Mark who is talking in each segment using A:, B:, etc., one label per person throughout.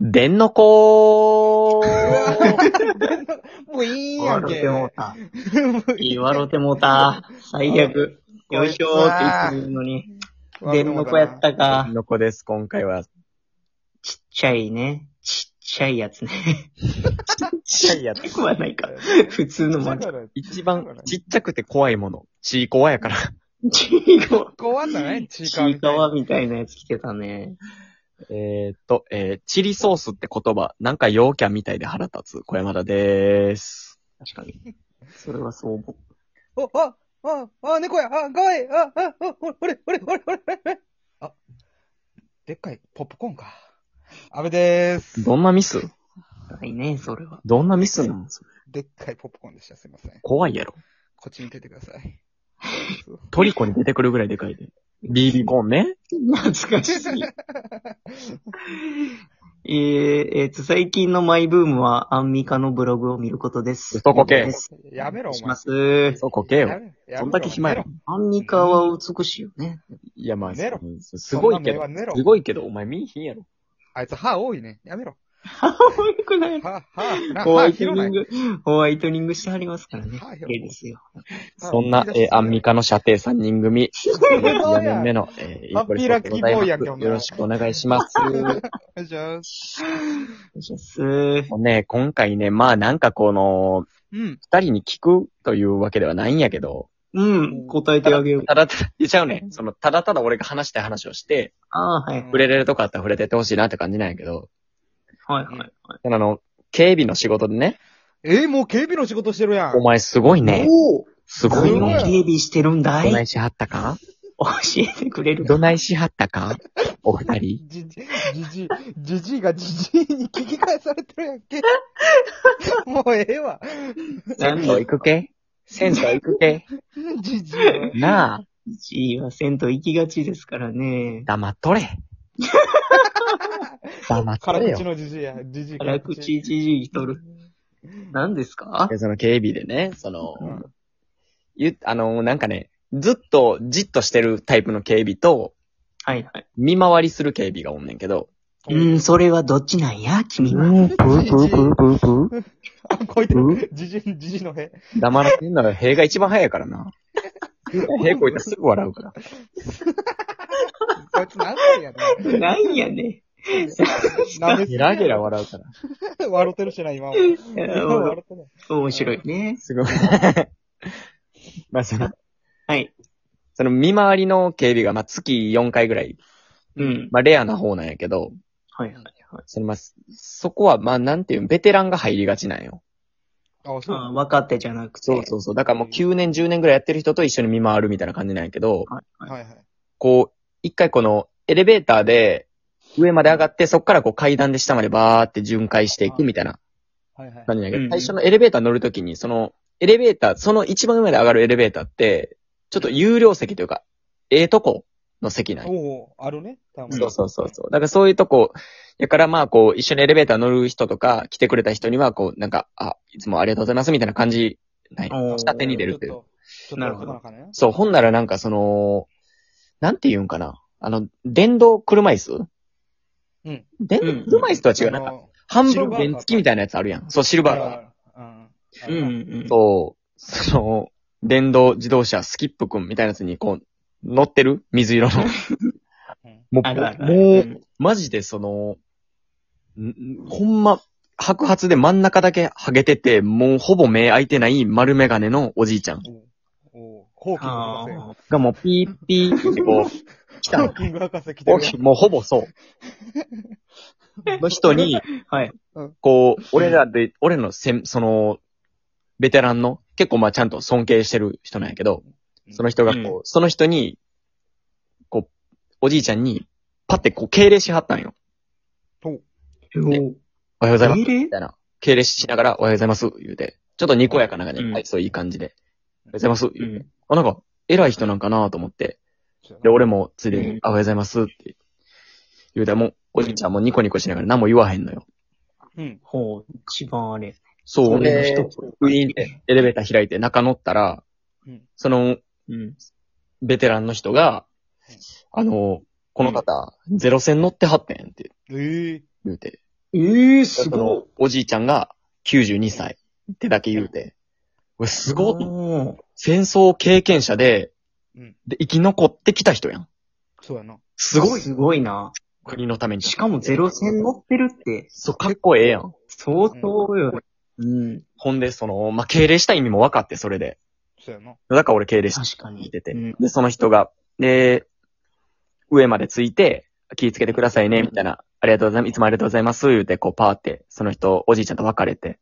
A: でんのこ
B: もういいやん
C: 笑っ
B: け。
C: てもうた。
A: ーいいわろてもうた。最悪。よいしょーって言ってるのに。でんのこやった
C: あ
A: か。
C: の子です、今回は。
A: ちっちゃいね。ちっちゃいやつね。
C: ちっちゃいやつ。
A: 怖はないか。普通の
B: だ
A: マジ。
B: から、
C: 一番ちっちゃくて怖いもの。ちいこわやから。
A: ちいかわ。
B: 怖くないちい
A: ち
B: かわみ
A: いか
B: たいな。
A: わみたいなやつ来てたね。
C: えー、っと、えー、チリソースって言葉、なんか陽キャみたいで腹立つ、小山田でーす。
A: 確かに。それはそう思う。
B: お、あ、あ、あ、猫や、あ、かわいい、あ、あ、あ、ほれ、ほれ、ほれ、ほれ、ほれ、ほれ。あ、でっかいポップコーンか。安部でーす。
C: どんなミス
A: ないね、それは。
C: どんなミスなんそれ
B: でっかいポップコーンでした、すいません。
C: 怖いやろ。
B: こっち見ててください。
C: トリコに出てくるぐらいでかいで。ビービーコーンね。
A: 懐かしい。えー、えーと、最近のマイブームはアンミカのブログを見ることです。
C: 嘘こけ
A: 以上です
B: やめろ、お
A: し
B: 前
A: ま。す。
C: そう、こけ
B: や
C: よ。
B: め
C: そんだけ暇やろ。。
A: アンミカは美しいよ ね。
C: いや、まあ、
B: 寝ろ
C: すす
B: す
C: ご
B: ご
C: い
B: い
C: け
B: け
C: ど
B: ど。。ネロ
C: すごいけど、お前見いひんやろ。
B: あいつ歯多いね。やめろ。
A: 可愛くない
B: 歯、歯、な
A: ホワ
B: 歯
A: イト
B: 広な
A: ニン
B: い。
A: グ、ホワイトニングしてはりますからね。
B: はい
A: 綺麗ですよ。
B: 歯
C: そんな、えーアンミ。カの射程3人組、4年目の、えー、
B: ハッピーラッキーボーイやんけ
C: よ
B: お前
C: ろしくお願いします。
B: お願いします
A: お願いします。
C: もうね、今回ね、まあなんかこの、
B: うん。
C: 二人に聞くというわけではないんやけど、
A: うん、答えてあげよう。
C: ただただ、言っちゃうね。その、ただただ俺が話したい話をして、
A: ああー、はい。
C: 触れれるとこあったら触れてってほしいなって感じなんやけど、
A: はい、はい、は
C: あの、警備の仕事でね、
B: えー、もう警備の仕事してるやん。
C: お前すごい
A: い。
C: ね。
A: おお
C: すごい
A: 何を
C: ね。
A: 警備してるんだ
C: どないいしはったか
A: 教えてくれる
C: どないしはったかお二人。
B: じじ、じじ、じじいがじじいに聞き返されてるやん け。もうええわ。
C: 銭湯行く系銭湯行く系
B: じじいは。
C: なあ、
A: 1位は銭湯行きがちですからね。
C: 黙っと れ。黙っと
B: 辛
C: れ
B: 口
C: よ。
B: のじじいや。じじい。
A: 辛口一時取る。何ですか
C: でその警備でね、その、
B: うん
C: ゆ、あの、なんかね、ずっとじっとしてるタイプの警備と、
A: はいはい。
C: 見回りする警備がおんねんけど、
A: うーん、それはどっちなんや君は。
C: ー、ぷーぷーぷーぷーぷー。
B: あ、こいてる。じじい、じじいのへ。
C: 黙らせんなら塀が一番早いからな。塀こいたらすぐ笑うから。
B: こいつ何歳やね
A: なんやね。
B: ん。なめす
C: ゲ
B: ぎ
C: ラ
B: や
C: ゲラ
B: ろ。
C: 笑うから。
B: 笑ってるしな、今も。今笑ってない。
A: 面白いね。
C: すごい。 まあその、
A: はい。
C: その見回りの警備が、まあ月4回ぐらい、
A: うん。
C: まあレアな方なんやけど、
A: はいはいはい。
C: そのまあ、そこはまあなんていうのベテランが入りがちなんよ。
B: あ、そう。
A: あー若手じゃなくて。
C: そうそうそう。だからもう9年、10年ぐらいやってる人と一緒に見回るみたいな感じなんやけど、
A: はいはい。
B: はいはい。
C: こう、一回このエレベーターで上まで上がって、そっからこう階段で下までバーって巡回していくみたいな
B: はいはい。
C: 感じなんやけ
A: うん
C: ど、最初のエレベーター乗るときに、そのエレベーター、その一番上まで上がるエレベーターって、ちょっと有料席というか、ええとこの席なんよ
B: おおあるね。たまに
C: そうそうそうそう。だからそういうとこ、だからまあこう、一緒にエレベーター乗る人とか、来てくれた人には、こう、なんか、あ、いつもありがとうございますみたいな感じ、ない。
A: おー
C: 下手に出るっていう
B: ち。ょっと。
A: なるほど
B: ちょっとなんかね
C: そう、ほんならなんかその、なんて言うんかな。あの、電動車椅子
B: うん。
C: 電動車椅子とは違う。なん
B: あ
C: か、
B: の
C: 半分原付きみたいなやつあるやん。そう、シルバーカー。
A: うん
B: うん。
A: うん。
C: そう、その、電動自動車スキップくんみたいなやつにこう、乗ってる水色の。 も
A: あるあ
C: う、
A: るある。
C: もう
A: うん
C: マジでその、んんほんま、白髪で真ん中だけハゲてて、もうほぼ目開いてない丸メガネのおじいちゃん
B: おおホーキング
A: あ
B: 博士
A: ー
C: がもうピーピーってこう、来た
B: ホ
C: の
B: ー。キング博士来て
C: 大
B: る
C: きいもうほぼそう。の人に、
A: はい。
C: こう、俺らで、俺のせん、その、ベテランの、結構まあちゃんと尊敬してる人なんやけど、その人がこう、
A: う
C: その人に、こう、おじいちゃんに、パってこう敬礼しはったんよ。
A: お
C: おはようございます。
A: 敬礼
C: みたいな。敬礼しながら、おはようございます、言うて。ちょっとにこやかな感じ
A: うん
C: で、はい、そういい感じで。おはようございます、
A: う
C: 言うて。
A: ん。
C: あ、なんか、偉い人なんかなと思って。で、俺も、ついで
A: うん
C: に、あおはようございます、って言うて、もう、おじいちゃんもニコニコしながら何も言わへんのよ。
B: うん。
A: ほう、一番あれ。
C: そう、俺
A: 俺
C: の人
A: の一、つ。
C: ウィーンって、エレベーター開いて中乗ったら
B: うん、
C: その、
A: うん。
C: ベテランの人が、あの、この方、ゼロ戦乗ってはってんって
B: ええ。
C: 言うて、
A: ええす
C: そ
A: ご
C: の
A: い。
C: おじいちゃんが92歳ってだけ言うて。俺すごっ
A: い。
C: 戦争経験者で、
B: うん
C: で、生き残ってきた人やん。
B: そうやな。
C: すごい
A: すごいな。
C: 国のために。
A: しかもゼロ戦乗ってるって、
C: そう、かっこええやん。
A: 相当よ。うん。
C: ほんで、その、まあ、敬礼した意味も分かって、それで。
B: そうやな。
C: だから俺敬礼し
A: 確かに。
C: てて。
A: うん
C: で、その人が、で、上までついて、気ぃつけてくださいね、みたいな。ありがとうございます。いつもありがとうございます。言うて、こう、パーって、その人、おじいちゃんと別れて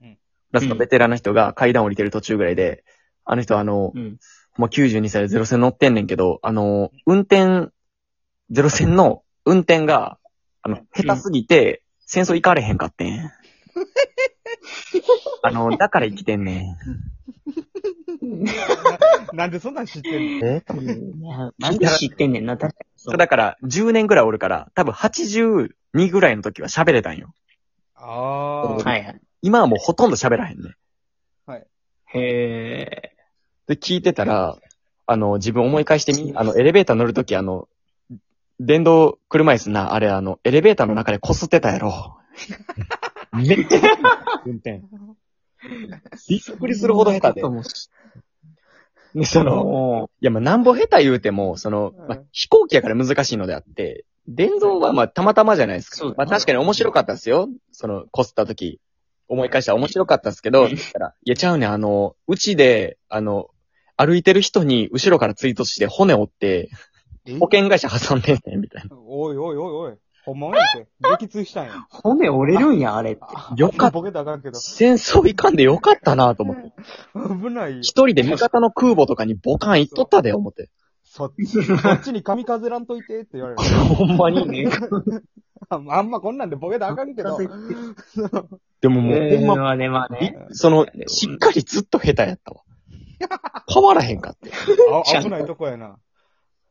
B: うん。
C: ラストベテランの人が階段降りてる途中ぐらいで、あの人、あの、
A: うん。
C: もう92歳でゼロ戦乗ってんねんけど、あの、運転、ゼロ戦の運転が、あの、下手すぎて、戦争行かれへんかって ん。あの、だから生きてんね
B: な なんでそんなん知ってん
C: ん。え
A: なんで知ってんねんな、確かに。
C: そうだから、10年ぐらいおるから、多分82ぐらいの時は喋れたんよ。
B: のああ。
A: はいはい。
C: 今はもうほとんど喋らへんね。
A: へ
C: で、聞いてたら、あの、自分思い返してみ、あの、エレベーター乗るとき、あの、電動車椅子な、あれ、あの、エレベーターの中でこすってたやろ。めっちゃ、運転。びっ
A: え。
C: くりするほど下手で。で、その、
A: も
C: いや、まあ、なんぼ下手言うても、その、まあ
B: うん、
C: 飛行機やから難しいのであって、電動はまあ、たまたまじゃないです
A: そう
C: か
A: だ。ね
C: まあ、確かに面白かったですよ。その、こすった時。思い返したら面白かったですけど、
A: うん
C: 言ったらいや、ちゃうねん、あの、うちで、あの、歩いてる人に後ろから追突して骨折って、
B: え
C: 保険会社挟んでんねん、みたいな。
B: おいおいおいおい。ほんまやって。激痛したんや。
A: う、骨折れるんや、あれって。
C: よかっ
B: ボケたらあかんけど。
C: 戦争行かんでよかったなと思って。
B: 危ないよ。
C: 一人で味方の空母とかにボカン行っとったで、思って。
B: そっ ち、そっちに髪かずらんといてって言われる。
A: ほんまにね。
B: ああんまこんなんでボケたらあかんけど。
C: でももう、ほんま
A: まあね、まあ
C: び
A: ね。
C: その、しっかりずっと下手やったわ。変わらへんかって。
B: あ危ないとこやな。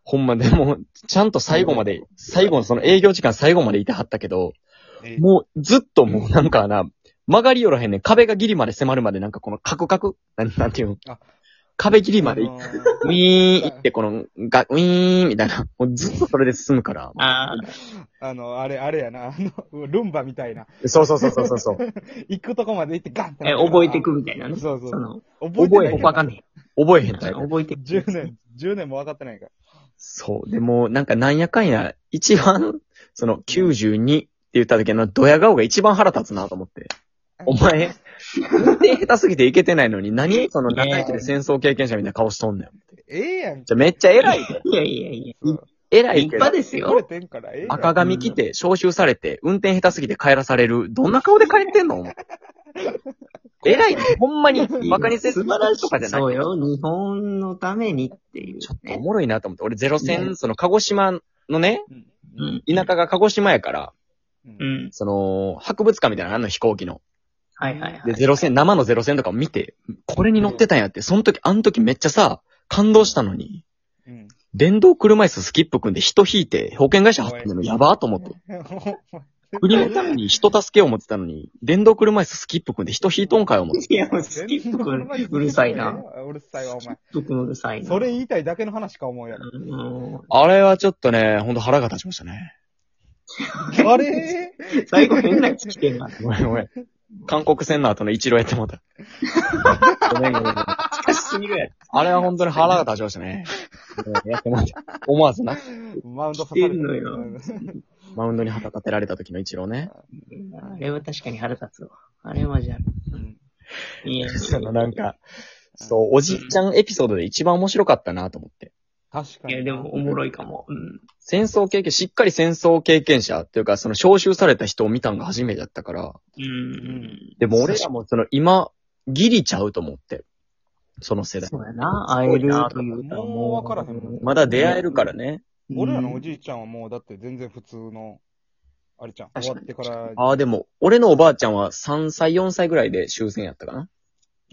C: ほんまでも、ちゃんと最後まで、最後のその営業時間最後までいてはったけど、
B: え
C: もうずっともうなんかな、曲がりよらへんねん。壁がギリまで迫るまでなんかこのカクカクなんなんていうの
B: あ
C: 壁ギリまで
B: あ
C: 行っ
B: の
C: て、
B: ー
C: ウィーン行ってこの、ガ、ウィーンみたいな。もうずっとそれで進むから。
A: あー
B: あの、あれ、あれやな。あの、ルンバみたいな。
C: そうそうそうそうそうそう。
B: 行くとこまで行ってガンって。
A: え、覚えてくみたいなね。
B: そうそう
A: その、
B: 覚
A: 覚え、
B: えてな
A: わ
B: い。
A: かんね
C: 覚えへん
A: え。
C: タイプ。
A: 覚えて
B: 10年、10年も分かってないから。
C: そう。でも、なんかなんやかんや、一番、その92って言った時のドヤ顔が一番腹立つなと思って。お前、運転下手すぎていけてないのに、何その長生きで戦争経験者みたいな顔しとんねん。
B: ええやん。
C: じゃ、めっちゃ偉いで。
A: いやいやい
C: 偉
A: や。
C: い
A: 立
C: けど
A: 派。です
B: 覚え
A: よ。
B: てんから、ええやん。
C: 赤髪着て、招集されて、運転下手すぎて帰らされる。どんな顔で帰ってんのお前偉いで。ほんまに、馬鹿にせず
A: 素晴らしい。
C: とかじゃない。
A: そうよ。日本のためにっていう、ね。
C: ちょっとおもろいなと思って。俺、ゼロ
A: う
C: 戦、その、鹿児島のね、
B: うん。
A: うん。
C: 田舎が鹿児島やから、
B: うん
A: うん。
C: その、博物館みたいなのあんの飛行機の。
A: はいはいは
C: で、
A: い。
C: ゼロ戦、生のゼロ戦とかを見て、これに乗ってたんやって、その時、あの時めっちゃさ、感動したのに、
B: うん。
C: 電動車椅子スキップ組んで人引いて、保険会社入ってんのやばーと思って。国のために人助けを思ってたのに、電動車椅子スキップ組んで人引いとんかよ思って。
A: いや、もうスキップ君うるさいな。。
B: うるさいわ、お前。
A: スキップ君うるさいな。
B: それ言いたいだけの話か思うやろ。
A: うん
C: あれはちょっとね、ほんと腹が立ちましたね。
B: あ れ
A: 最後変なやつ来てんな。
C: ごめんごめん。韓国戦の後の一郎やってもらった。ごめん ごめんごめん。
A: 難しすぎるや
C: あれは本当に腹が立ちました ね。ごめんやってもらった。思わずな。
B: マウント刺
A: つ。来
B: さ
A: て
B: れ
A: んのよ。
B: る。
C: マウンドに旗立てられた時の一郎ね。
A: あれは確かに腹立つわ。あれはじゃあ。いや、
C: そのなんか、そう、おじいちゃんエピソードで一番面白かったなと思って。
B: 確か
A: い
B: に。
A: や、でもおもろいかも。うん。
C: 戦争経験、しっかり戦争経験者っていうか、その召集された人を見たんが初めてだったから、
A: うん。
C: でも俺らもその今、ギリちゃうと思って。その世代。
A: そうやな。会えるというか、
B: もう分からへんもん
C: まだ出会えるからね。
B: 俺らのおじいちゃんはもうだって全然普通の、あれちゃん、終わってから、
C: ああ、でも、俺のおばあちゃんは3歳、4歳ぐらいで終戦やったかな。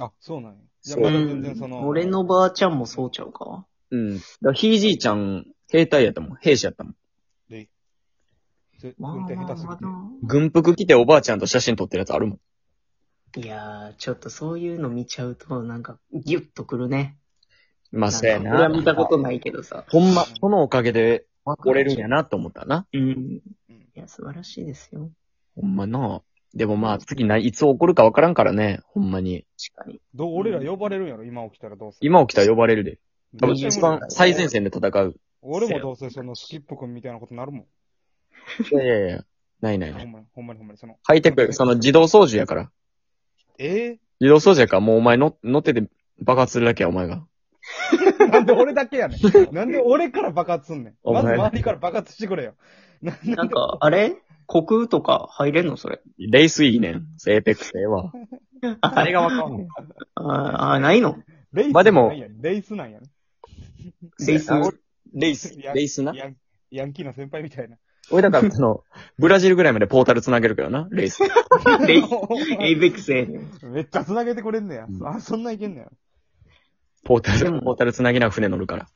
B: あ、そうなんや。じゃ
C: そ
B: あ
C: う
B: ま
A: う
B: だ全然そ
A: ん。
B: の、
A: 俺のばあちゃんもそうちゃうか。
C: うん。だからひいじいちゃん、兵隊やったもん。兵士やったもん。
B: ぜ
A: まあ
B: 運転下手すぎて。
C: 軍服着ておばあちゃんと写真撮ってるやつあるもん。
A: いやー、ちょっとそういうの見ちゃうと、なんか、ギュッとくるね。
C: まあ、そうや
A: なんか
C: な。
A: 俺は見たことないけどさ。
C: ほんま、そのおかげで、
A: 折
C: 折れるんやなと思ったな。
A: うん。
B: うん
A: いや、素晴らしいですよ。
C: ほんまな。でもまあ、次ない、いつ起こるかわからんからね。ほんまに。
A: 確かに。
B: どう、俺ら呼ばれるんやろ今起きたらどうする
C: 今起きたら呼ばれるで。多分
A: うん
C: 一番最前線で戦う。
B: 俺もどうせそのスキップ君みたいなことになるもん。
C: いやいやいや。ないないな
B: ほ
C: い。
B: んまに、ほんまにほんまに、その。
C: ハイテクや、その自動操縦やから。
B: え
C: 自動操縦やから、もうお前の乗ってて爆発するだけや、お前が。
B: ー、 なんで俺だけやね ん。なんで俺から爆発すんねん。
C: お
B: ま
C: 前
B: ず周りから爆発してくれよ。な
A: なんか、あれ虚空とか入れんのそれ。
C: レースいいねん。エーペックスええわ。 あれがわかんねん。
A: あーあー、ないの
B: レイス
C: まあでも
B: なんやねんレイスなんやね
A: レース。
C: レイス。
B: や
C: レイスな。
B: ヤンヤンキーの先輩みたいな。
C: 俺だから、その、ブラジルぐらいまでポータル繋げるけどな、レイス。
A: レ イエイベックスへ。
B: めっちゃ繋げてくれんねや。
C: うん
B: あ、そんないけんねや。
C: ポータ
A: で
C: ル、
A: も
C: ポータル繋ぎながら船乗るから。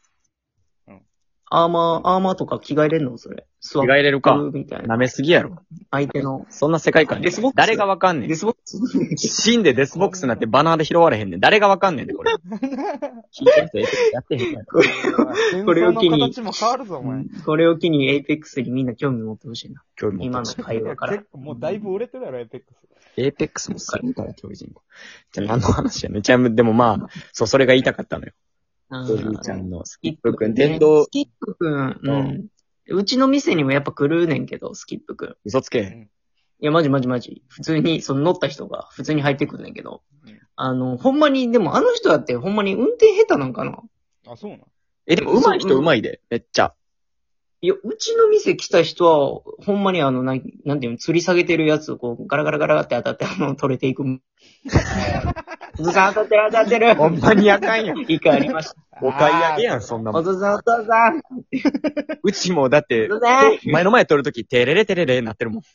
A: アーマー、アーマーとか着替えれんのそれ。ス
C: 着
A: ワ
C: 替
A: ッ
C: えれるか。
A: プみたいな。
C: 舐めすぎやろ。
A: 相手の。
C: そんな世界観
A: デスボッ。クス
C: 誰がわかんね
A: デ
C: ん。
A: スボックス
C: 死んでデスボックスになってバナーで拾われへんねん。誰がわかんねんで、こ れ。聞いてる人、エーペックスやってへんから。
A: これを機に
B: 戦争の形も変わる ぞ、お前。
A: これを機にエイペックスにみんな興味持ってほしいな。
C: 興味持
A: 今
C: っ
A: の
C: て
A: 会話か
B: 結
A: ら。
B: 構もうだいぶ売れてるやろ、エペックス。
C: エーペックスもするから、競技人口。じゃあ何の話やねん。じゃあ、でもまあ、そう、それが言いたかったのよ。
A: うん
C: ドリーちゃんのス
A: スキ
C: キ
A: ッ
C: ッ
A: プ
C: プ
A: く
C: く
A: ん
C: ん、電動
A: ス、キップくん、うん。うちの店にもやっぱ来るねんけど、スキップくん。
C: 嘘つ
B: う
C: け。
B: ん
A: いや、マジマジマジ。普通に、その乗った人が普通に入ってくんねんけど
B: うん。
A: あの、ほんまに、でもあの人だってほんまに運転下手なんかな
B: あ、そうなん。
C: え、でも上手い人上手いで、めっちゃ。
A: いや、うちの店来た人は、ほんまにあの、なんなんていうの、吊り下げてるやつをこう、ガラガラガラって当たって、あの、取れていく。おずさん当たってる当たってる。
C: ほんまにあかんやん。
A: 一回ありました。
C: お買い上げやん、そんなも
A: お
C: ん。
A: ずさんお父さん。
C: うちもだって
A: お、父さん。
C: 前の前撮るとき、テレレテレレなってるもん。